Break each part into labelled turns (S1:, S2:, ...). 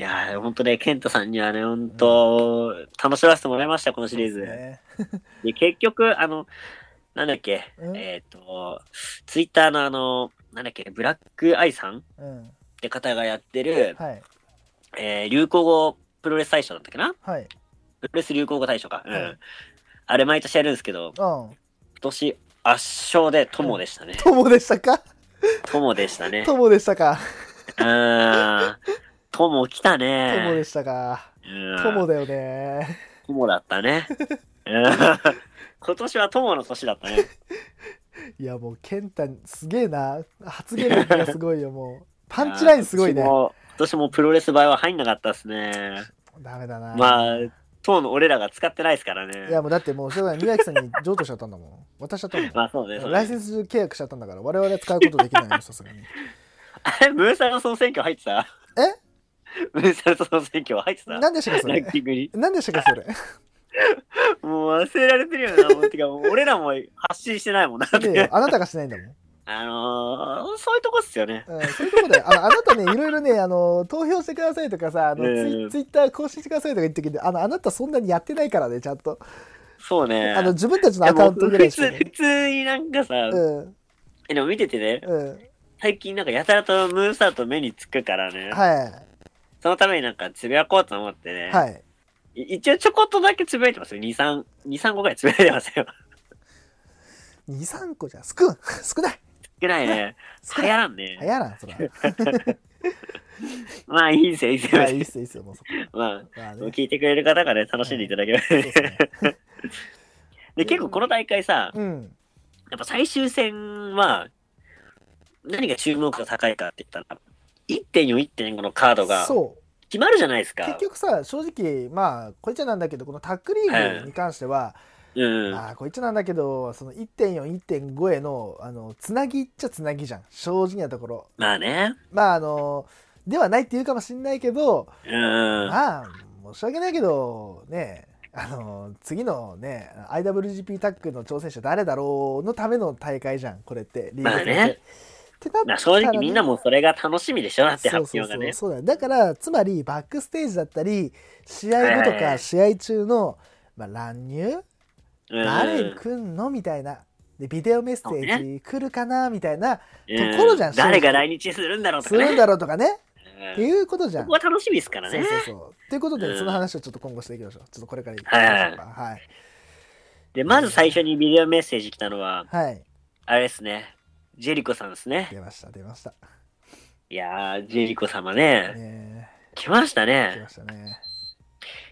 S1: いやー、ほんとね、ケントさんにはね、ほんと、楽しませてもらいました、このシリーズ。
S2: ね
S1: で、結局、あの、なんだっけ、
S2: うん
S1: えっ、と、ツイッターのあの、なんだっけ、ブラックアイさんっ
S2: うん。
S1: て方がやってる、
S2: はい。
S1: えー流行語プロレス大賞なんだっけな
S2: はい。
S1: プロレス流行語大賞か。うん。
S2: はい
S1: あれ毎年やるんですけど、
S2: うん。
S1: 今年圧勝で友でしたね。
S2: 友でしたか
S1: 友でしたね。
S2: 友でしたか
S1: うーん。友来た
S2: 友で
S1: ね。
S2: したか
S1: うん
S2: 友だよね。
S1: 友だったね。 うん今年は友の年だったね。
S2: いや、もう、ケンタ、すげえな。発言力がすごいよ、もう。パンチラインすごい
S1: あ
S2: ね
S1: ー。今年も今年もプロレス場合は入んなかったですね。
S2: ダメだな。
S1: まあ
S2: い、
S1: 当の俺らが使ってないですからね
S2: や、。もうだってもう、しょうがない。宮城さんに譲渡しちゃったんだもん。渡しちゃったんだも
S1: まあそうね。そ
S2: ん。
S1: う
S2: ライセ
S1: ね
S2: ンス契約しちゃったんだから、我々は使うことできないよ、さすが に。
S1: あれ、ムーサル総選挙入ってた
S2: え
S1: ムーサル総選挙入ってた
S2: 何でしたか、そ
S1: ラ
S2: れ
S1: ン。キングに。
S2: 何でしたか、それ。
S1: もう忘れられてるよな、もう。てか、もう俺らも発信してないもんな。っ
S2: で
S1: て
S2: あなたがしないんだもん。
S1: あのー、そういうとこっすよね。
S2: うんそういうとこで、あの、あなたね、いろいろね、あの、投票してくださいとかさ、あの、ツイ
S1: うん
S2: ツイッター更新してくださいとか言ってるけど、あの、あなたそんなにやってないからね、ちゃんと。
S1: そうね。
S2: あの、自分たちの
S1: いや
S2: アカ
S1: も
S2: ウ
S1: う
S2: ントぐら
S1: 普
S2: いしか
S1: 通、
S2: ね
S1: 普。通になんかさ、
S2: うん、
S1: えでも見ててね、
S2: うん、
S1: 最近なんかやたらとムーンサート目につくからね、
S2: は
S1: そのためになんかつぶやこうと思ってね、
S2: い、はい。
S1: い一応ちょこっとだけつぶやいてますよ。2、3、2、3個ぐらいつぶやいてますよ。
S2: 2、3個じゃ少ん、少ない、
S1: 少ないね。
S2: 少
S1: 流行
S2: ない。
S1: らんね
S2: は。やらん、そら。
S1: まあいいですよ、いいです
S2: まあ、いい
S1: よ。
S2: っすよ、いいっすよ、もうそ
S1: まあ、
S2: こ は。まあね、
S1: 聞いてくれる方がね、楽しんでいただければ
S2: そうっすね。
S1: で、結構この大会さ、
S2: うん、
S1: やっぱ最終戦は、何が注目が高いかって言ったら、1.4、1.5のカードが
S2: そう。
S1: 決まるじゃないです
S2: 結
S1: か。
S2: 局さ、正直、まあ、こいつなんだけど、このタックリーグに関しては、
S1: うん。
S2: ああこいつなんだけどその1.41.5へのあのつなぎっちゃつなぎじゃん正直なところ
S1: まあね。
S2: まああのではないって言うかもしんないけど、
S1: うん。
S2: まあ申し訳ないけどねあの次のね IWGP タッグの挑戦者誰だろうのための大会じゃんこれってリーグ戦って
S1: まあね
S2: ってなったらね
S1: まあ正直みんなもうそれが楽しみでしょだって発表がね。
S2: そうそうそうそうだよだからつまりバックステージだったり試合後と
S1: はいはいは
S2: か
S1: い
S2: 試合中の、まあ、乱入
S1: うん
S2: 誰来んのみたいな。で、ビデオメッセ
S1: そう
S2: ージ
S1: ね
S2: 来るかなみたいな、
S1: うん
S2: ところじゃん正直
S1: 誰が来日するんだろうと
S2: す
S1: か
S2: るん
S1: ね。
S2: だろうとかね、
S1: うん
S2: っていうことじゃ
S1: こ
S2: ん。
S1: こ
S2: そう
S1: は楽しみですから
S2: そう
S1: ね。
S2: そう。ということ
S1: う
S2: で、
S1: ん
S2: その話をちょっと今後していきましょう。ちょっとこれからいきま
S1: はい
S2: しょうか。はい。
S1: で、まず最初にビデオメッセージ来たのは、
S2: はい。
S1: あれですね。ジェリコさんですね。
S2: 出ました、出ました。
S1: いやー、ジェリコ様ね。
S2: ね
S1: 来ました
S2: え来
S1: ね。
S2: ましたね。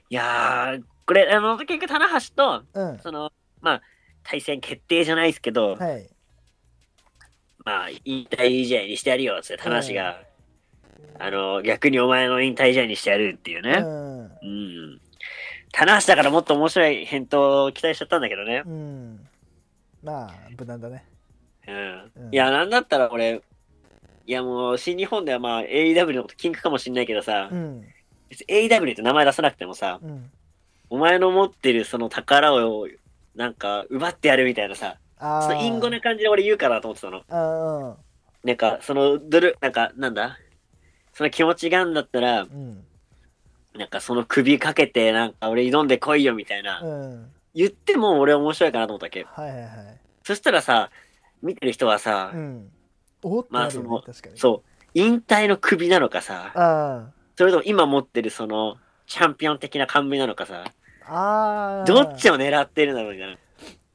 S1: いやー、これ、あの、結局、棚橋と、
S2: うん。
S1: その、まあ、対戦決定じゃないですけど、
S2: はい。
S1: まあ、引退試合にしてやるよ、つって、棚橋が、あの、逆にお前の引退試合にしてやるっていうね。
S2: うん。
S1: うん。棚橋だからもっと面白い返答を期待しちゃったんだけどね。
S2: うん。まあ、無難だね。
S1: うん。
S2: うん
S1: いや、なんだったら俺、いやもう新日本ではまあ AEW のこと禁句かもしんないけどさ、
S2: うん。
S1: 別に AEW って名前出さなくてもさ、
S2: うん。
S1: お前の持ってるその宝をなんか奪ってやるみたいなさ、
S2: あ
S1: ちょっとインゴな感じで俺言うかなと思ってたの。
S2: あ
S1: なんか、そのドル、なんか、なんだその気持ちがあんだったら
S2: ー、うん。
S1: なんかその首かけて、なんか俺挑んでこいよみたいな、
S2: うん。
S1: 言っても俺面白いかなと思ったわけ。
S2: はいはいはい。
S1: そしたらさ、見てる人はさ、
S2: うん。おっって
S1: ま
S2: な
S1: あ
S2: るよね
S1: その
S2: 確かに。
S1: そう、引退の首なのかさ、
S2: あ
S1: それとも今持ってるその、チャンピオン的な冠なのかさ、
S2: あ。ああ。
S1: どっちを狙ってるんだろうみたいな。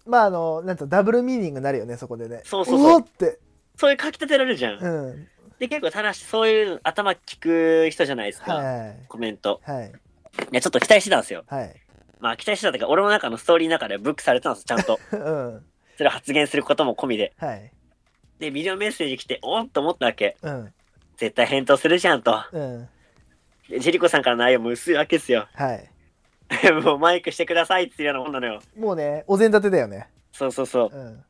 S2: まああの、なんとダブルミーニングになるよね、そこでね。
S1: そうそうそう
S2: おーって。
S1: そういう書き立てられるじゃ。
S2: うんん。
S1: で、結構、ただし、そういう頭聞く人じゃないですか。
S2: はい。
S1: コメント。
S2: はい。
S1: いや、ちょっと期待してたんですよ。
S2: はい。
S1: まあ、期待してたっていうか、俺の中のストーリーの中でブックされてたんですちゃんと。
S2: うん。
S1: それを発言することも込みで。
S2: はい。
S1: で、ビデオメッセージ来て、おーっと思ったわけ。
S2: うん。
S1: 絶対返答するじゃんと。
S2: うん。
S1: でジェリコさんからの内容も薄いわけですよ。
S2: はい。
S1: もうマイクしてくださいっていうようなもんなのよ。
S2: もうね、お膳立てだよね。
S1: そうそうそう。
S2: うん。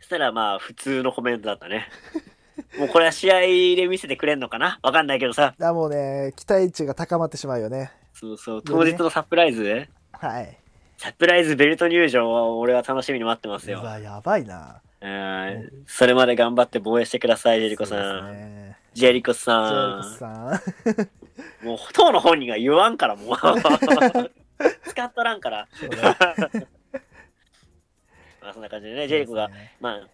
S1: そしたらまあ普通のコメントだったね。 もうこれは試合で見せてくれんのかなわかんないけどさ。
S2: あ、もうね、期待値が高まってしまうよね。
S1: そうそう。当日のサプライズ、
S2: はい。
S1: サプライズベルト入場を俺は楽しみに待ってます
S2: う
S1: よ。
S2: わ、やばいな。
S1: うん。それまで頑張って防衛してください、ジェリコさ。
S2: そうんですね
S1: ジェリコさ
S2: ジ
S1: ん
S2: ェルク。さ
S1: もう当の本人が言わんからもう 使っとらんから
S2: ん。そうだ
S1: まあそんな感じで ねジェリコが、。まあ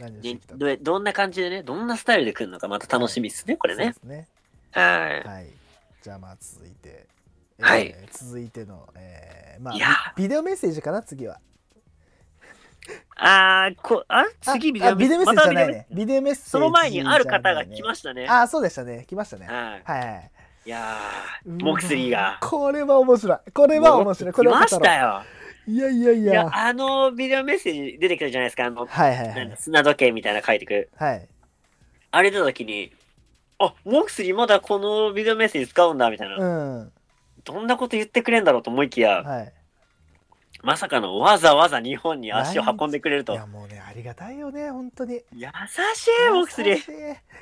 S2: 何をして
S1: ね
S2: きた
S1: どどんな感じでねどんなスタイルで来るのかまた楽しみですねこれ
S2: そうで
S1: ね
S2: すね。
S1: はい
S2: はい。じゃあまあ続いて。えー
S1: はい
S2: 続いての、えーま
S1: いや
S2: あ、ビデオメッセージかな、次は。
S1: あーこあ
S2: あ
S1: 次ビデ
S2: あ
S1: オ
S2: ビデオメッセージじゃない
S1: また
S2: ね
S1: ビデオメッセー。ジ
S2: ビデオメッセージ。
S1: その前にある方が来ま
S2: し
S1: したね
S2: たあ、そうでしたね。来ましたね。
S1: はい
S2: はいはい。
S1: いや
S2: うん
S1: ーモクスリーが
S2: これは面白い。これは面白い。こ
S1: 来
S2: れは
S1: ま
S2: 語ろ
S1: し
S2: う
S1: たよ
S2: いやいやい
S1: いや
S2: や。
S1: あのビデオメッセージ出てきたじゃないですかあの
S2: はいはいは
S1: なんだ
S2: い。
S1: 砂時計みたいなの書いてくる
S2: はい。
S1: あれ出た時にあモクスリーまだこのビデオメッセージ使うんだみたいな
S2: うん。は
S1: どんなこと言ってくれんだろうと思いきや、
S2: い。
S1: まさかのわざわざ日本に足を運んでくれる
S2: い
S1: と。
S2: やもうね、ありがたいよね、本当に。
S1: 優しい、モクスリ
S2: 優
S1: ー
S2: しい。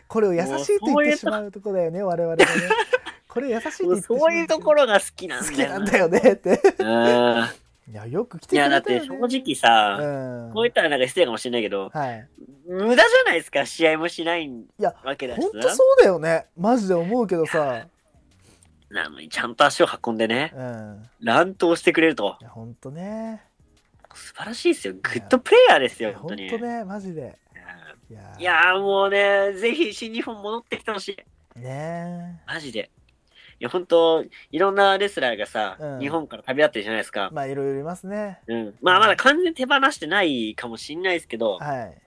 S2: これを優しいと言ってしまうとこだよね、我々は ね。これ優しいって
S1: も
S2: 言っ
S1: う
S2: てしま
S1: そういうところ
S2: ろ
S1: が好きなん
S2: 好き
S1: だ
S2: な
S1: よ
S2: ん
S1: ね。
S2: だよねって。
S1: う
S2: いや、よく来
S1: ん。い
S2: てくれたよ、ね。
S1: や、だって正直さ、
S2: うん、
S1: こう言ったらなんか失礼かもしれないけど、
S2: はい。
S1: 無駄じゃないですか、試合もしない
S2: や
S1: わけだし
S2: ほんと
S1: さ
S2: そ。うだよね。マジで思うけどさ。
S1: なのに、ちゃんと足を運んでね、
S2: うん。
S1: 乱闘してくれると
S2: い。や、ほんとね。
S1: 素晴らしいですよ。グッドプレイヤーです
S2: い
S1: よ、
S2: やほ
S1: 本
S2: ん
S1: 当
S2: と
S1: に。
S2: ね、マジで。
S1: うん
S2: いや
S1: いやーもうね、ぜひ新日本戻ってきてほしい。
S2: ね
S1: マジで。いや、本当いろんなレスラーがさ、
S2: うん
S1: 日本から旅立ってるじゃないですか。
S2: まあ、いろいろいますね。
S1: うん。まあ、まだ完全に手放してないかもしんないですけど、
S2: はい。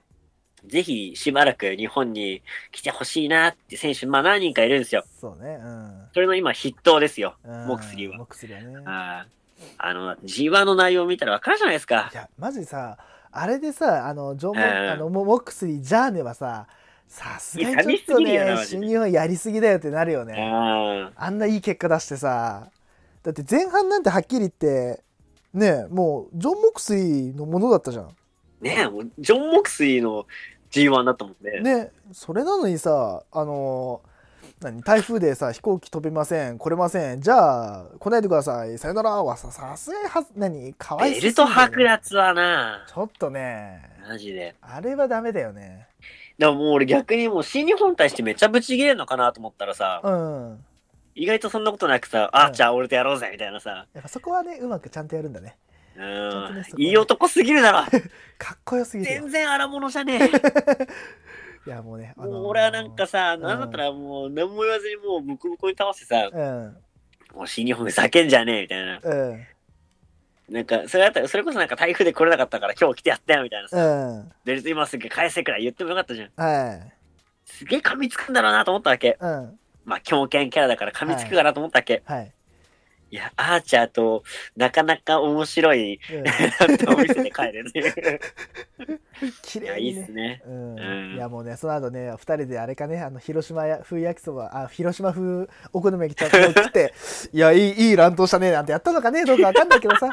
S1: ぜひしばらく日本に来てほしいなって選手、まあ何人かいるんですよ。
S2: そうね。うん。
S1: それの今筆頭ですよ。
S2: うん
S1: モクスリーは
S2: モクスリーはね。
S1: あーあの、G1 の内容見たらわかるじゃないですか
S2: い。やマジさあれでさあのジョンモ、
S1: うん
S2: あのモモックスリージャーネはささすがにちょっと
S1: いややりすぎだよな
S2: ね
S1: マジで
S2: 新日本やりすぎだよってなるよ
S1: あ
S2: ね
S1: ー
S2: あんないい結果出してさだって前半なんてはっきり言ってねもうジョン・モックスリーのものだったじゃん
S1: ねえ、もうジョン・モクスリーの G1 だったもんね。
S2: ねそれなのにさあの何台風でさ飛行機飛べません来れませんじゃあ来ないでくださいさよならはささすがには何かわい
S1: ベ
S2: そう
S1: ルト剥奪はな、
S2: ちょっとね
S1: マジで。
S2: あれはダメだよね
S1: でももう俺逆にもう新日本に対してめっちゃブチ切れるのかなと思ったらさ、
S2: うん
S1: 意外とそんなことなくさ、あ、
S2: うん
S1: じゃあ俺とやろうぜみたいなさ、
S2: やっぱそこはねうまくちゃんとやるんだね
S1: う
S2: ょっと
S1: ん
S2: ねそ こ、はい
S1: い男すぎるだろ
S2: かっこよすぎるよ
S1: 全然荒物じゃねえ。
S2: いやもうね、あの
S1: も
S2: ー
S1: う俺はなんかさ、
S2: ん
S1: なんだったらもう何も言わずにもうムクムクに倒してさ、
S2: うん
S1: もう新日本叫んじゃねえみたいな。
S2: うん
S1: なんか、それだったら、それこそなんか台風で来れなかったから今日来てやったよみたいなさ、
S2: うん
S1: ベルト今すぐ返せくらい言ってもよかったじゃん。
S2: はい
S1: すげえ噛みつくんだろうなと思ったわけ。
S2: うん
S1: まあ狂犬キャラだから噛みつくかなと思ったわけ。
S2: はい、
S1: いや、アーチャーとなかなか面白 い
S2: うん、
S1: なんかお店で帰 るっていう。
S2: 綺
S1: いや、
S2: 麗
S1: い
S2: に
S1: いっ
S2: ね
S1: すね。
S2: うん
S1: うん
S2: いやもうねその後ね二人であれかねあの広島や風焼きそばあ広島風お好み焼きちゃんと食って いやいいいい乱闘したねなんてやったのかねどうかわかんないけ どさ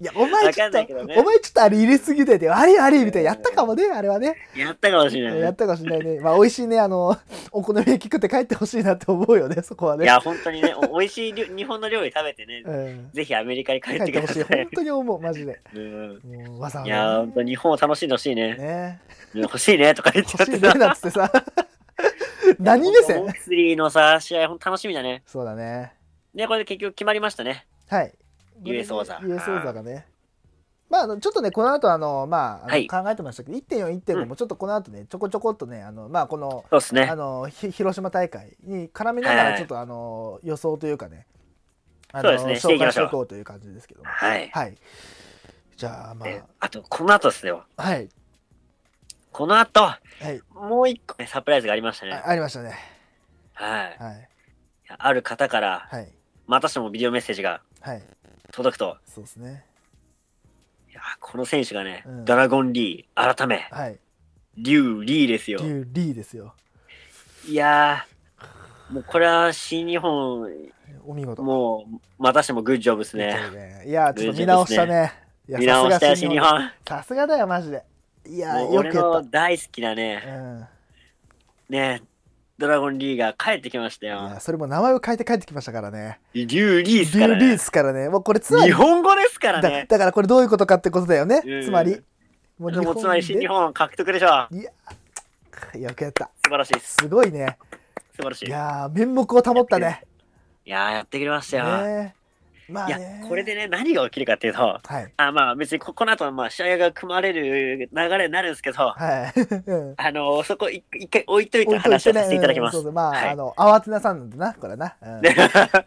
S2: いやお前ちょ
S1: わか
S2: っ
S1: ん
S2: と、
S1: ないけどね
S2: お前ちょっとあれ入れすぎててあれあれみたいなやったかもねあれはね
S1: やったかもしれないね。
S2: やったかもしれないねまあ美味しいねあのお好み焼き食って帰ってほしいなって思うよねそこはね
S1: いや、本当にね、お美味しい料日本の料理食べてね、
S2: うん
S1: ぜひアメリカに帰っ
S2: 書い
S1: て
S2: て
S1: く
S2: ほ
S1: だ
S2: し
S1: さ
S2: い。
S1: い
S2: 本。当に思う、マジで。
S1: うん
S2: もうわざわ
S1: い
S2: ざ。
S1: やー、本当に日本を楽しんでほしいね。
S2: ね。
S1: 欲しいねとか 言っちゃ
S2: 欲
S1: っ
S2: していね、
S1: さ。
S2: なんつっ てさ。 何目線
S1: 本当スリーのさ、試合、本当楽しみだね。
S2: そうだね。
S1: で、これで結局決まりましたね。
S2: はい。
S1: US 王座
S2: US 王座がね。まああの、ちょっとね、この後、あの、まあ、あの
S1: はい
S2: 考えてましたけど、1.4、1.5
S1: うん
S2: もちょっとこの後ね、ちょこちょこっとね、あの、まあ、この、
S1: そうです
S2: あ
S1: ね。
S2: の、ひ広島大会に絡みな
S1: は
S2: が
S1: い
S2: ら、
S1: はい
S2: ちょっと、あの、予想というかね、あ
S1: そうですね
S2: 紹介していこうという感じですけども。
S1: はい。
S2: はい。じゃあ、ま
S1: えあと、この後ですよ。
S2: あ、はい。
S1: この後、
S2: はい。
S1: もう一個ね、サプライズがありましたね
S2: あ。ありましたね。
S1: はい。
S2: はい。
S1: ある方から、
S2: はい。
S1: またしてもビデオメッセージが
S2: はい。
S1: 届くと、
S2: そうですね。
S1: いやこの選手がね、
S2: うん
S1: ドラゴンリー、改め、
S2: はい。
S1: リュウ・リーですよ。
S2: リュウ・リーですよ。
S1: いやー、もうこれは新日本、
S2: お見事。
S1: もう、またしてもグッジョブですね。
S2: いや、ちょっと見直したね。いや
S1: 見直したよ、
S2: さす
S1: 新
S2: が
S1: 日本。
S2: さすがだよ、マジで。いや、
S1: もう
S2: よ
S1: 俺
S2: くや
S1: の
S2: っ
S1: 大好きな
S2: た。
S1: ね、
S2: うん、
S1: ね、ドラゴンリーが帰ってきました
S2: い
S1: よ
S2: や。それも名前を変えて帰ってきましたからね。
S1: リュウ・リーで
S2: リ
S1: すか
S2: ュウ・
S1: ら
S2: リー
S1: ね
S2: で。すからね。もうこれつま
S1: 日
S2: り、
S1: 本語ですから
S2: だ
S1: ね。
S2: だからこれどういうことかってことだよね。
S1: うん
S2: つまり、も
S1: もうつまり新日本獲得でしょ。
S2: で。いや、よくやった。
S1: 素晴らしいです。
S2: すごいね。
S1: 素晴らしい。
S2: い
S1: いや
S2: やー面目を保ったね。
S1: ー、やってくれましたよ。
S2: ねえまあ
S1: いや
S2: ね、
S1: これでね、何が起きるかっていうと、
S2: はい
S1: あまあ別にここの後はまあ試合が組まれる流れになるんですけど、
S2: はい。 うん
S1: あのそこ一一回置いとい
S2: 置
S1: た
S2: いとい
S1: 話
S2: て
S1: を
S2: ね
S1: させていただきます。
S2: うんそうそうまあ、
S1: はい
S2: あの慌てなさんなんだなこれな、う ん
S1: で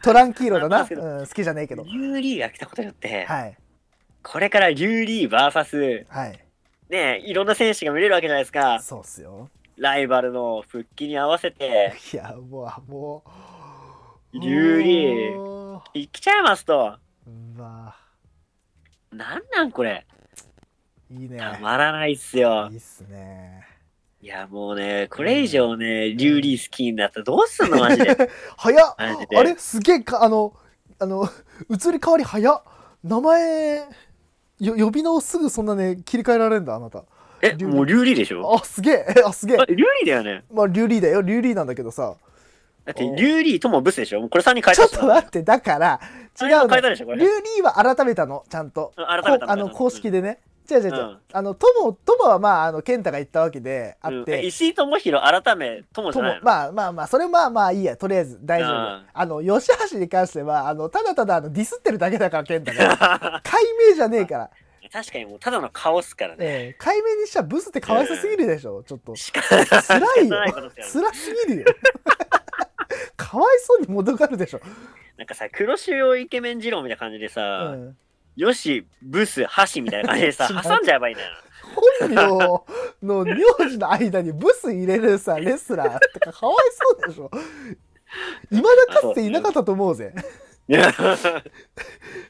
S2: トランキーロだ
S1: まあ
S2: な、
S1: まあけど
S2: うん、好きじゃねえけど
S1: ユーリーが来たことによって、
S2: はい
S1: これからユーリー VS、
S2: はい
S1: ね、いろんな選手が見れるわけじゃないですか。
S2: そうっすよ
S1: ライバルの復帰に合わせて、
S2: い やもうもう
S1: ユーリー
S2: も
S1: 行きちゃいますと。
S2: うまあ
S1: なんなんこれ。
S2: いいね
S1: たまらないっすよ
S2: い。いっすね
S1: いやもうね、これ以上ね、リューリー好きになったらどうすん のマジで。
S2: 早っ
S1: マジで
S2: あれすげえかあのあの移り変わり早っ名前よ呼び名をすぐそんなね切り替えられるんだあなた
S1: え、
S2: リュウリー
S1: もうリューリーでしょ
S2: あすげえあすげえ
S1: あリューリーだよね。
S2: まあリュウリーだよリュウリーなんだけどさ
S1: だって、
S2: おう
S1: リューリーともブスでしょもうこれ3人変え
S2: ちょ
S1: た
S2: っと待って、だから、違う
S1: あ
S2: の。
S1: 変えた
S2: リ
S1: でしょこ
S2: ュウ
S1: れ。
S2: リーは改めたの、ちゃんと。
S1: うん改めたの
S2: こうあ
S1: う
S2: の、
S1: ん
S2: 公式でね。違う違う違う。
S1: うん
S2: あの、トモ、トモはまあ、あの、健太が言ったわけであっ
S1: うんえ
S2: て、
S1: 石井智弘改め友じゃ
S2: トモ
S1: ないの、
S2: まあまあまあ、それまあまあいいや、とりあえず、大丈
S1: うん
S2: 夫。あの、吉橋に関しては、あの、ただただ、あの、ディスってるだけ だから、健太が。解明じゃねえから。
S1: 確かにもうただの顔っすからね。
S2: ええ解明にしちゃブスってかわいそうすぎるでしょ、ちょっと。
S1: しか
S2: 辛 いよ
S1: ないことっ。すよ
S2: 辛すぎるよ。 かわいそうにもどかるでしょ。
S1: なんかさ、黒潮イケメン二郎みたいな感じで
S2: う
S1: さ、
S2: ん
S1: よし、ブス、箸みたいな感じで さ
S2: 違う、
S1: 挟んじゃえばいいんだよ。
S2: 本名の名字の間にブス入れるさ、レスラーとかかわいそう でしょ。いまだかつていなかったと思うぜ。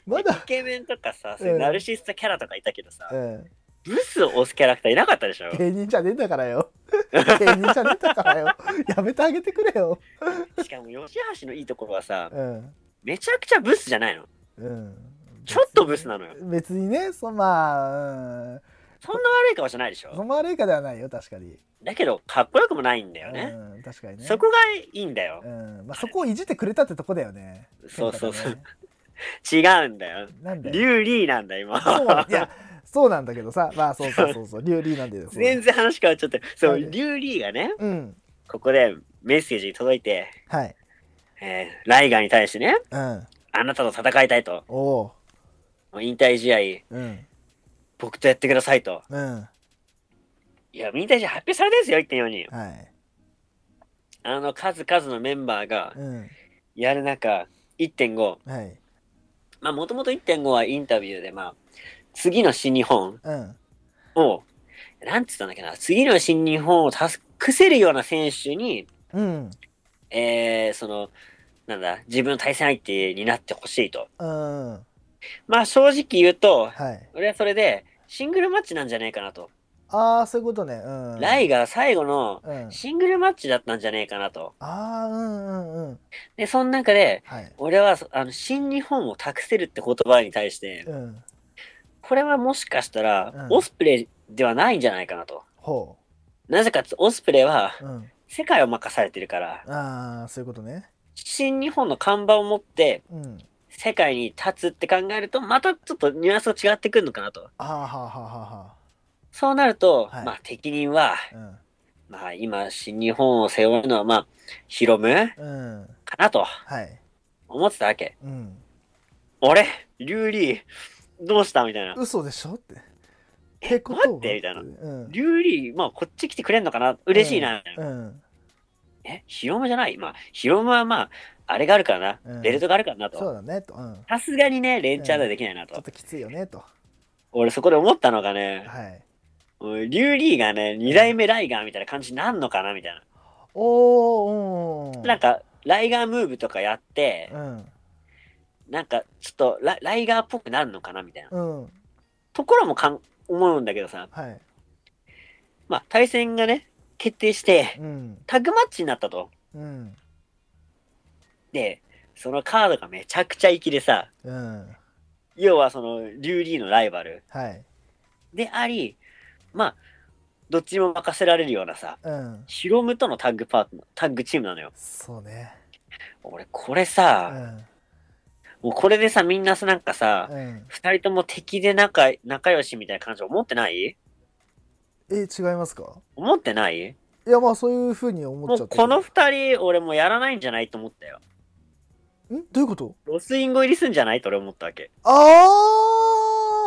S2: まだ
S1: イ、ケメンとかさ、そう
S2: う
S1: いうんナルシストキャラとかいたけどさ
S2: う、ん、
S1: ブスを押すキャラクターいなかったでしょ
S2: 芸人じゃねえんだからよ。芸人じゃねえんだからよ。やめてあげてくれよ。
S1: しかも、吉橋のいいところはさ、
S2: うん。
S1: めちゃくちゃブスじゃないの。
S2: うん。
S1: ちょっとブスなのよ。
S2: 別にね、そまあ、うん、
S1: そんな悪い顔じゃないでし
S2: そ
S1: ょ
S2: んな悪いかではないよ、確かに。
S1: だけど、かっこよくもないんだよね。
S2: うん、確かにね。
S1: そこがいいんだよ
S2: う。んまあ、そこをいじってくれたってとこだよね。
S1: そうそうそう
S2: 健太がね
S1: 違うんだよ。
S2: なんだ
S1: リ
S2: よ。
S1: ュウリーなんだ、
S2: そう
S1: 今。
S2: いや、そうなんだけどさ、まあそうそうそう そう、リュウリーなんでよ。そう
S1: 全然話変わっちゃって。そう、
S2: はい
S1: リュウリーがね、
S2: うん。
S1: ここでメッセージ届いて、
S2: はい。
S1: えーライガーに対してね、
S2: うん。
S1: あなたと戦いたいと。
S2: おお
S1: もう引退試合、
S2: う。うん。
S1: 僕とやってくださいと。
S2: うん。
S1: いや、引退試合発表されてるんですよ、言ったように。
S2: はい。
S1: あの、数々のメンバーが
S2: うん。
S1: やる中、1.5。
S2: はい。
S1: まあ、もともと1.5はインタビューで、まあ、次の新日本
S2: うん。
S1: を、なんつったんだっけな、次の新日本を助くせるような選手に、
S2: うん。
S1: えー、その、なんだ、自分の対戦相手になってほしいと。
S2: うん。は
S1: まあ正直言うと、
S2: い。
S1: 俺はそれで、シングルマッチなんじゃないかなと。
S2: ああ、そういうことね。うん。
S1: ライが最後の
S2: うん。
S1: シングルマッチだったんじゃないかなと。
S2: ああ、うんうんうん。
S1: で、その中で、
S2: はい。
S1: 俺はそあの新日本を託せるって言葉に対して、
S2: うん。
S1: これはもしかした
S2: う
S1: ら
S2: ん、
S1: オスプレイではないんじゃないかなと。
S2: ほ
S1: なぜかってオスプレイは
S2: う。うん。
S1: 世界を任されてるから、
S2: ああ、そういうことね。
S1: 新日本の看板を持って
S2: うん。
S1: 世界に立つって考えると、またちょっとニュアンスが違ってくるのかなと。
S2: ああ、はあはあは
S1: そうなると、
S2: はい
S1: まあ適任は、
S2: あはあ。
S1: まあ今、新日本を背負うのは、まあ、ヒロムか
S2: うん。うん。
S1: なと
S2: はい。
S1: 思ってたわけ。
S2: うん。
S1: 俺、リュウリー、どうしたみたいな。
S2: 嘘でしょって。
S1: え、
S2: てことは
S1: 待ってみたいな。
S2: うん。
S1: リュウリー、まあこっち来てくれんのかな嬉しいな。
S2: うん。
S1: え、ヒロムじゃないまあ、ヒロムはまあ、あれがあるから
S2: う
S1: な。
S2: ん
S1: ベルトがあるからな
S2: そう
S1: と。
S2: だね。と。うん。
S1: さすがにね、レンチャーではできないな
S2: ちょっ
S1: と。
S2: ときついよね。と。
S1: 俺そこで思ったのがね、
S2: はい。
S1: うんリュウリーがね、二代目ライガーみたいな感じになんのかなみたいな。
S2: おー、うん。
S1: なんか、ライガームーブとかやって、
S2: うん。
S1: なんかちょっとラライガーっぽくなるのかなみたいな
S2: うん。
S1: ところもかん思うんだけどさ、
S2: はい。
S1: まあ、対戦がね決定して
S2: うん。
S1: タッグマッチになったと
S2: うん。
S1: でそのカードがめちゃくちゃ粋でさ
S2: うん。
S1: 要はそのリュウリーのライバル
S2: はい。
S1: でありまあどっちにも任せられるようなさ
S2: うん。
S1: ヒロムとのタッグパートナータッグチームなのよ
S2: そうね。
S1: 俺これ
S2: う
S1: さ、
S2: ん。
S1: もうこれでさみんなさなんかさ、
S2: うん。
S1: 二人とも敵で仲仲良しみたいな感じ思ってない
S2: え、違いますか
S1: 思ってない
S2: いやまあそういうふうに思
S1: も
S2: っちゃっ
S1: う
S2: て
S1: この二人、俺もうやらないんじゃないと思ったよ。
S2: んどういうこと
S1: ロスインゴ入りすんじゃないと俺思ったわけ。
S2: あ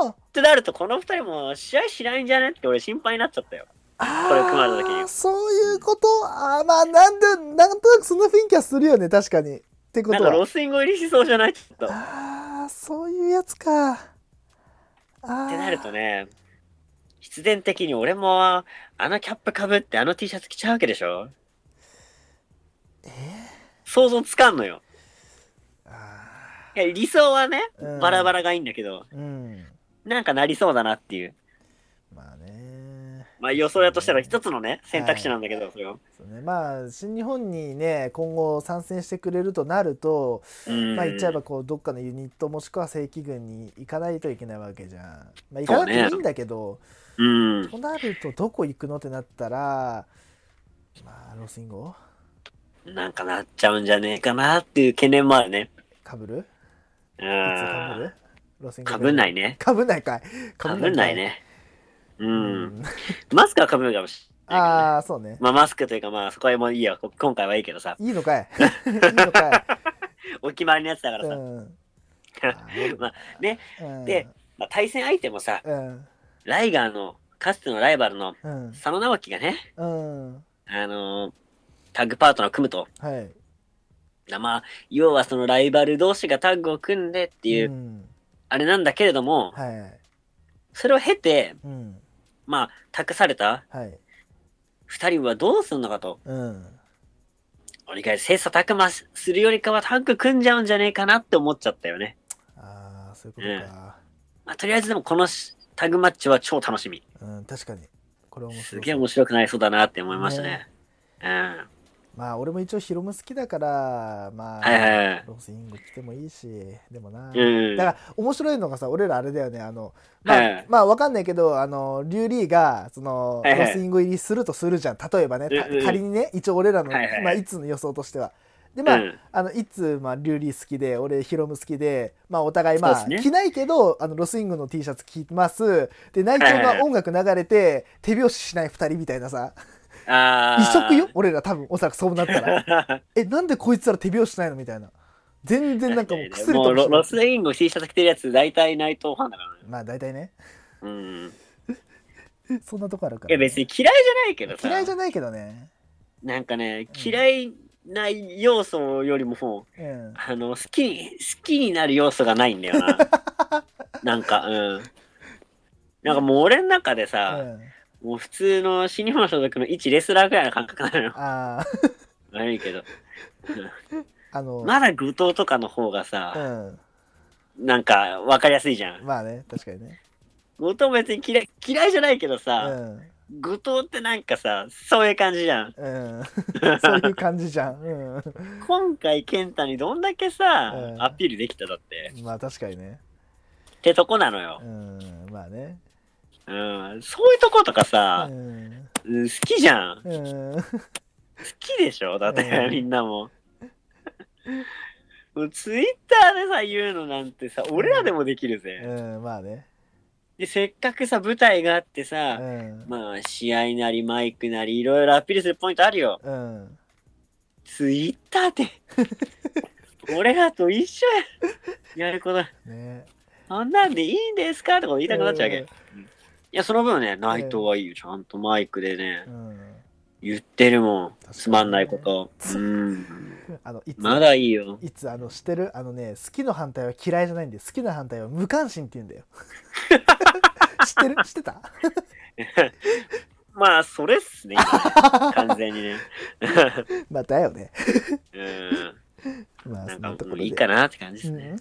S2: ー
S1: ってなると、この二人も試合しないんじゃねって俺心配になっちゃったよ。
S2: あ
S1: これ組まれた時に
S2: ーそういうことあーまあなんでなんとなくそんな雰囲気はするよね確かにってこ
S1: なん
S2: と
S1: かロ
S2: は
S1: スインゴ入りしそうじゃないちょっと。っ
S2: ああそういうやつかああ
S1: てなるとね、必然的に俺も、あのキャップかぶってあの T シャツ着ちゃうわけでしょ
S2: え
S1: 想像つかんのよ。
S2: あ
S1: いや理想はね、
S2: うん
S1: バラバラがいいんだけど、
S2: ーうん
S1: なんかなりそうだなっていう。
S2: まあね
S1: まあ予想やとしたら一つのね、選択肢なんだけど、それは。
S2: そうねまあ新日本にね今後参戦してくれるとなると、
S1: うん
S2: まあ言っちゃえばこうどっかのユニットもしくは正規軍に行かないといけないわけじゃん。まあ、行かなくてもいいんだけど、
S1: うん。
S2: となるとどこ行くのってなったらまあロスインゴ
S1: なんかなっちゃうんじゃねえかなっていう懸念もあるね。
S2: かぶるいつ
S1: う
S2: かぶ
S1: ん。
S2: るロスインゴ
S1: かぶんないいね。
S2: かぶんないかい
S1: か
S2: か
S1: ぶ
S2: い
S1: んないね。う。
S2: うんん
S1: マスクはかぶるかもしれないけどね。
S2: ああそうね
S1: まあマスクというかまあそこはもういいよ。こ今回はいいけどさ。
S2: いいのかいいいのかい
S1: お決まりのやつだから
S2: う
S1: さ。
S2: ん
S1: まあね、
S2: うん、
S1: でまあ、対戦相手もさ、
S2: うん
S1: ライガーの、かつてのライバルの
S2: うん
S1: 佐野直樹がね、
S2: うん
S1: あのータッグパートナーを組むと。
S2: はいっ
S1: まあ、要はそのライバル同士がタッグを組んでって
S2: て
S1: いう、
S2: ん、
S1: あれなんだけれども、
S2: はい
S1: それを経て、
S2: うん
S1: まあ、託された
S2: はい
S1: 二人はどうすんのかと。
S2: うん
S1: 折り返し、切磋琢磨するよりかはタッグ組んじゃうんじゃねえかなって思っちゃったよね。
S2: ああそういうことか、
S1: まあ、とりあえずでもこのしタッグマッチは超楽しみ。
S2: うん確かにこれ面白い
S1: すげえ面白くなりそうだなって思いましたね。
S2: まあ俺も一応ヒロム好きだからまあ、
S1: はいはいはい
S2: ロスイング来てもいいしでもな、
S1: うん。うん。
S2: だから面白いのがさ俺らあれだよねあのまあ、
S1: はい
S2: まあわかんないけどあのリュウリーがその、
S1: はいはい
S2: ロスイング入りするとするじゃん例えばねた
S1: うんうん
S2: 仮にね一応俺らの、
S1: はいはい
S2: まあ、いつの予想としては。でまあ、
S1: うん
S2: あのいつ、まあ、リュウリー好きで俺ヒロム好きで、まあ、お互い、ま
S1: そ
S2: あ
S1: うですね
S2: 着ないけどあのロスイングの T シャツ着ますで内藤が音楽流れて、手拍子しない2人みたいなさ
S1: あー
S2: 異 色よ俺ら多分おそらくそうなったらえなんでこいつら手拍子しないのみたいな全然なんかもう薬
S1: も
S2: と
S1: う
S2: もし
S1: ロ
S2: ない
S1: ロスインゴ T シャツ着てるやつ大体内藤ファンだからね。
S2: まあ大体ね
S1: うん。い
S2: そんなとこあるから、
S1: や別に嫌いじゃないけどさ。
S2: 嫌いじゃないけどね
S1: なんかね、嫌いな要素よりももう、
S2: うん
S1: あの、好きに、好きになる要素がないんだよ な。なんか、うん。なんかもう俺の中で
S2: う
S1: さ、
S2: ん
S1: もう普通の新日本所属の一レスラーぐらいの感覚なのよ。
S2: ああ
S1: 悪いけど。
S2: あの、
S1: まだ愚頭とかの方が
S2: う
S1: さ、
S2: ん
S1: なんか分かりやすいじゃん。
S2: まあね確かにね
S1: 愚頭別に嫌い嫌いじゃないけど
S2: う
S1: さ、
S2: ん
S1: 愚頭ってなんかさ、そういう感じじゃん。
S2: うん そういう感じじゃんう
S1: 今回、健太にどんだけさ、
S2: うん
S1: アピールできただって。
S2: んまあ確かにね
S1: ってとこなのよ
S2: う。んまあね
S1: うん。そういうとことかさ
S2: う、ん
S1: うん好きじゃん。
S2: うん
S1: 好きでしょだって、
S2: うん
S1: みんなも。 もうツイッターでさ言うのなんてさ俺らでもできるぜ、
S2: うんまあね
S1: でせっかくさ舞台があって
S2: う
S1: さ、
S2: ん
S1: まあ試合なりマイクなりいろいろアピールするポイントあるよ
S2: うん
S1: ツイッターって俺らと一緒ややること
S2: ね
S1: そんなんでいいんですかとか言いたくなっちゃうわけ、いやその分ね内藤はいいよちゃんとマイクでね
S2: うん
S1: 言ってるもん
S2: かに
S1: つまんないことうん
S2: あのいつ
S1: まだいいよ
S2: いつあのしてるあのね好きの反対は嫌いじゃないんで好きな反対は無関心って言うんだよ 知ってる知ってた
S1: まあ、それっ すね、完全にね。
S2: まあだよね
S1: う
S2: まあ
S1: ん。な
S2: そ
S1: ん
S2: ん
S1: か
S2: なとこ
S1: も
S2: ろ
S1: う
S2: で
S1: いいかなって感じですね。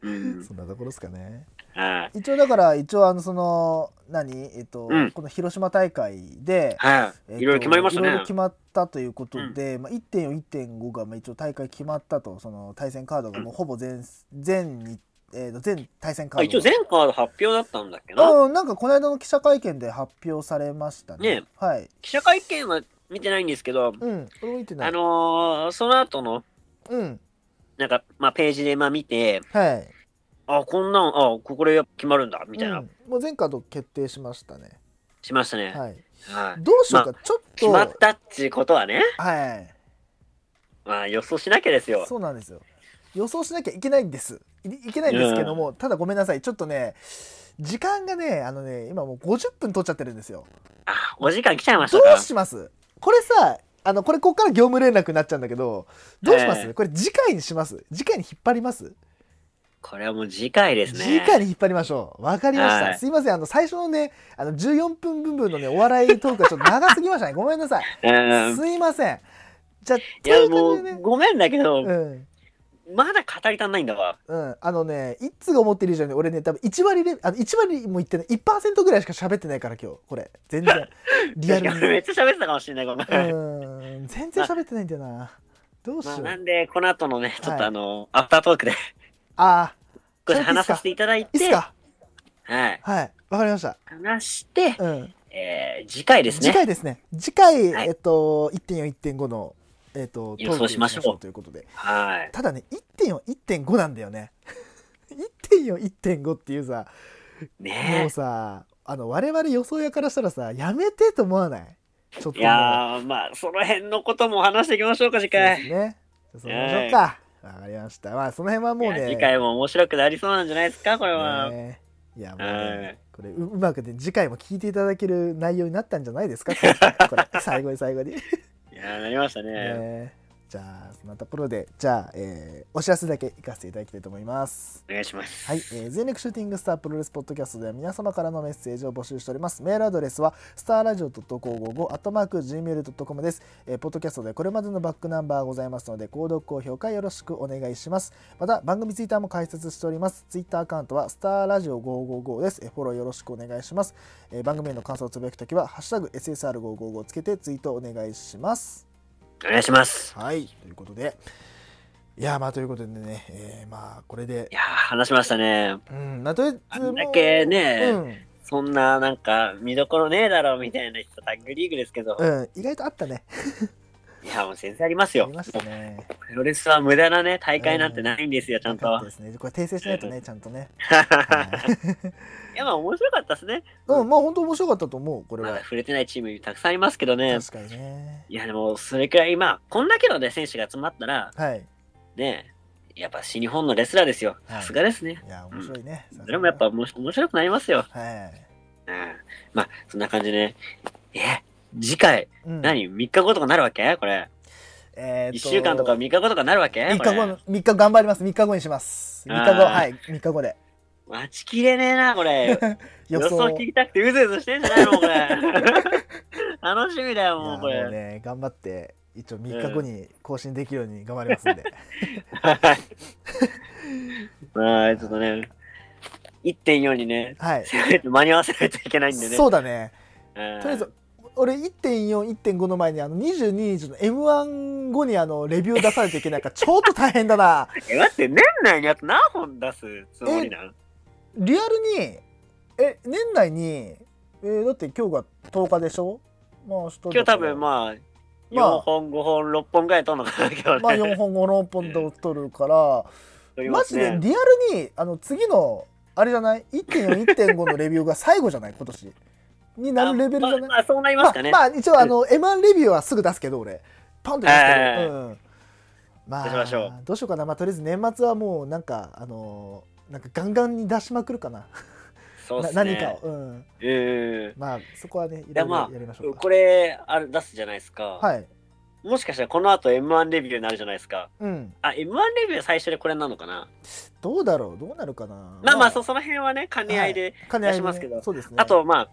S2: う、
S1: うんん。
S2: そんなところですかね
S1: はい。
S2: 一応だから一応あのその何えっと、
S1: うん
S2: この広島大会で、
S1: は
S2: えっ
S1: い。
S2: と
S1: いろいろ決まりました
S2: いろいろ
S1: ね
S2: 決。まったということで、まあ、1.4.1.5がまあ一応大会決まったとその対戦カードがもうほぼ全全に、えっと全対戦カー
S1: あ
S2: ド
S1: 一応、全カード発表だったんだっけな。
S2: うん、なんかこの間の記者会見で発表されましたね。
S1: ね
S2: はい。
S1: 記者会見は見てないんですけど、
S2: うん、俺も見てない。
S1: あのー、その後の、
S2: うん、
S1: なんか、まあ、ページで、まあ、見て、
S2: はい。
S1: あ、こんなん、あ、ここで決まるんだ、みたいな、
S2: うんもう前回と決定しましたね。
S1: しましたね。
S2: はい。
S1: はい
S2: どうしようか、ちょっ
S1: 決
S2: と、
S1: まったっちことはね、
S2: はい。
S1: まあ予想しなきゃですよ。
S2: そうなんですよ。予想しなきゃいけないんです。いいけないんですけども、ただごめんなさい。ちょっとね、時間がね、あのね、今もう50分取っちゃってるんですよ。
S1: あ、お時間来ちゃいまし
S2: ど
S1: たか
S2: う。しますこれさ、あの、これこっから業務連絡になっちゃうんだけど、どうします、
S1: ええ
S2: これ次回にします次回に引っ張ります
S1: これはもう次回ですね。
S2: 次回に引っ張りましょう。わかりました。
S1: はい
S2: すいません。あの、最初のね、あの、14分分のね、お笑いトークがちょっと長すぎましたね。ごめんなさい。
S1: うん。
S2: すいません。じゃあ、
S1: い
S2: とい
S1: や
S2: う
S1: も
S2: 感じで
S1: う
S2: ね。
S1: ごめんだけど、
S2: うん。
S1: まだ語り足んないんだわ。
S2: うん、あのね、いつが思ってる以上に俺ね、多分1割レあの1割も言ってない、1%ぐらいしか喋ってないから今日、これ。全然。リア
S1: 確かに
S2: ル
S1: めっちゃ喋ってたかもしれないごめん。
S2: に。うん、全然喋ってないんだよな。どうし
S1: ま
S2: よ
S1: あ、
S2: う。
S1: なんで、この後のね、ちょっ
S2: はい
S1: とあの、アフタートークで、
S2: あ
S1: 少し話させていただい
S2: ー、いいっす
S1: て、
S2: か
S1: はい。
S2: はい。わかりました。
S1: 話して、
S2: うん。
S1: えー、次回です
S2: 次
S1: ね。
S2: 回ですね。次回、
S1: はい
S2: えっと、1.4、1.5の、えっと、
S1: 予想しましょう
S2: トークということで。
S1: はい。
S2: ただね、1.4、1.5なんだよね。1.4、1.5っていうさ、も
S1: ね
S2: うさ、あの、我々予想屋からしたらさ、やめてと思わないちょっ
S1: え。
S2: ともう
S1: いやー、まあ、その辺のことも話していきましょうか、次
S2: そうで
S1: 回。
S2: すね。そうしましょうか。わかりました。まあ、その辺はもう
S1: いや
S2: ね。
S1: 次回も面白くなりそうなんじゃないですか、これは。
S2: ねいや、もう
S1: は
S2: ね
S1: い、
S2: これう、うまくね、次回も聞いていただける内容になったんじゃないで すか。これ、最後に最後に。
S1: いやー、なりましたね。
S2: ねじゃあ、そんなところで、じゃあ、えーお知らせだけいかせていただきたいと思います。
S1: お願いします。
S2: はい、えー全力シューティングスタープロレスポッドキャストでは皆様からのメッセージを募集しております。メールアドレスは、スターラジオ .555、アットマーク、gmail.com です。えーポッドキャストでこれまでのバックナンバーございますので、購読、高評価よろしくお願いします。また、番組ツイッターも開設しております。ツイッターアカウントは、スターラジオ555です。えーフォローよろしくお願いします。えー番組への感想をつぶやくときは、ハッシュタグ、SSR555 をつけてツイートお願いします。
S1: お願いします。
S2: はい、ということで、いや、まあ、ということでね、えーまあ、これで
S1: い、やー、話しましたね。
S2: うん、まあ、とりあえず
S1: あんだけね
S2: もううん
S1: そんな、なんか、見どころねえだろ、みたいな人、タッグリーグですけど。
S2: うん、意外とあったね。
S1: いや、もう先生あります
S2: あ
S1: よ。
S2: り
S1: も
S2: ま
S1: う
S2: したね。
S1: プロレスは無駄なね、大会なんて ないんですよ、ちゃんと。
S2: よかったですね。これ訂正しないとね、ちゃんとね。はい
S1: いや、まあ、面白かったですね。
S2: うん、まあ本当面白かったと思う、これ
S1: ま
S2: は
S1: だ。触れてないチームたくさんありますけどね。
S2: 確かにね。
S1: いや、でも、それくらい、まあ、こんだけのね、選手が集まったら、
S2: はい。
S1: ね、やっぱ、新日本のレスラーですよ。
S2: は
S1: さ
S2: い
S1: すがですね。
S2: いや、面白いね。さすが
S1: それもやっぱ、。おもし面白くなりますよ。
S2: はい。
S1: うん。まあ、そんな感じで、ね、え、次回、
S2: うん
S1: 何 ?3 日後とかなるわけこれ。
S2: え
S1: 1週間とか3
S2: 3
S1: 日後とかなるわけ
S2: 日
S1: こ
S2: 後
S1: れ
S2: の、3日頑張ります。3日後にします。3日後、
S1: あー
S2: はい、3日後で。
S1: 待ちきれねえな、これ。
S2: 予
S1: 予
S2: 想
S1: 想聞きたくてうずうずしてんじゃないのこ れ。楽しみだよ、もうこ
S2: いやも う
S1: れ。
S2: ね、頑張って、一応3日後に更新できるように頑張りますんで。
S1: まあ、ちょっとね、1.4にね、
S2: はい。
S1: 間に合わせないといけないんでね。
S2: そうだね。
S1: うん
S2: とりあえず、俺1.4、1.5の前に、あの、22日の M1 後に、あの、レビュー出さないといけないから、ちょっと大変だな。
S1: え、待って、年内にあと何本出すつもりなん
S2: リアルに、え、年内に、えーだって今日が10日でしょまあ、今
S1: 今日多分まあ、
S2: まあ
S1: 4本、5本、6本ぐらい撮るのかな、今日ね。
S2: まあ4本5、6本と取 るから、
S1: 撮りま
S2: マ
S1: す
S2: ジで
S1: ね。
S2: リアルに、あの、次の、あれじゃない ?1.4、1.5のレビューが最後じゃない今年。になるレベルじゃない
S1: あまあまあ、そうなりますかね。
S2: まあ、まあ一応あの、M1 レビューはすぐ出すけど俺パンと出すけど、うん、ま
S1: 出しましょう
S2: あどうしようかな、まあ、とりあえず年末はもうなんかあのーなんかガンガンに出しまくるかな、
S1: そうっ
S2: な
S1: すね。
S2: 何かを、うん、
S1: うん。
S2: まあそこはねい
S1: や
S2: ろい
S1: ま
S2: ろ
S1: あ
S2: やりましょうか、
S1: これあれ出すじゃないですか、
S2: はい
S1: もしかしたらこの後 M1 レビューになるじゃないですか
S2: うん
S1: あ M1 レビュー最初でこれなのかな
S2: どうだろうどうなるかな
S1: まあまあそその辺はね兼ね合いで、
S2: 兼ね合いでね
S1: 出しますけど
S2: そうですね
S1: あとまあ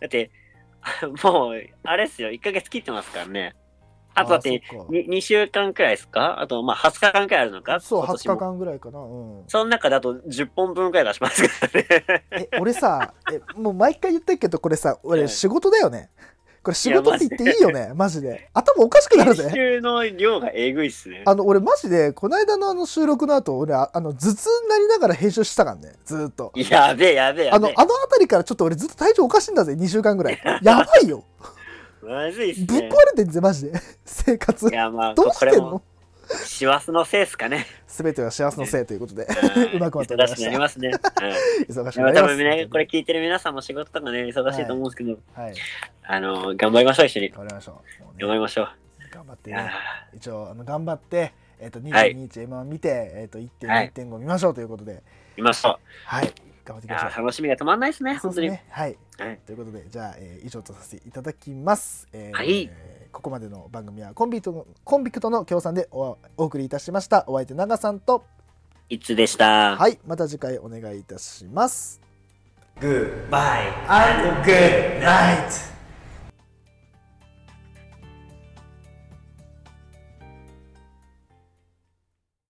S1: だって もうあれっすよ1ヶ月切ってますからねあとだって
S2: あそっか
S1: 2, 週間くらいですかあとまあ20日間くらいあるのか
S2: そう
S1: 今
S2: 20
S1: 年も
S2: 日間ぐらいかな、うん、
S1: その中だと10本分くらい出しますからね
S2: え俺さえもう毎回言ってるけどこれさ俺仕事だよねこれ仕事って言っていいよねマジで頭おかしくなるぜ
S1: 編集の量がえぐいっすね
S2: あの、俺マジで、この間のあの収録の後、俺、ああの、頭痛になりながら編集してたからね、ずーっと。
S1: やべえやべえや
S2: あ
S1: べ
S2: の
S1: え、
S2: あのあたりからちょっと俺ずっと体調おかしいんだぜ、2週間ぐらい。やばいよ。
S1: まずいっす
S2: ぶっ壊
S1: ね
S2: れてんぜ、マジで。生活。
S1: いやまあ
S2: どうしてん
S1: これも
S2: の
S1: 師走のせいですかね。
S2: すべては幸せのせいということで、 うまくまとめ
S1: 忙
S2: ま
S1: し
S2: し
S1: くな
S2: た
S1: り。ますね。
S2: 忙
S1: う
S2: しく
S1: ん、
S2: な
S1: まあ
S2: り
S1: 多
S2: ま
S1: 分みんな
S2: す。
S1: これ聞いてる皆さんも仕事とかね、忙しいと思うんですけど、
S2: はい、
S1: あの、頑張りましょう、一緒に。
S2: 頑張りましょう。もうね
S1: 頑張りましょう。
S2: 頑張って
S1: い
S2: ね
S1: や。
S2: 一応あの頑張って、えっ、と
S1: はい
S2: 22日 M1 見て、えっ、と
S1: は
S2: 1.2
S1: い、
S2: 1.5見ましょうということで、
S1: ー、いましょ。
S2: はい、頑張っ
S1: い
S2: ていうきましょ
S1: や
S2: う
S1: ー。楽しみが止まんないですね、
S2: そう
S1: 本当
S2: で
S1: に。
S2: すね。はい。
S1: はい
S2: ということで、じゃあ、えー以上とさせていただきます。えー
S1: はい
S2: ここまでの番組はコンビとのコンビクトの協賛でおお送りいたしました。お相手長さんと、
S1: いつでした。
S2: はい、また次回お願いいたします。
S3: Goodbye and good night.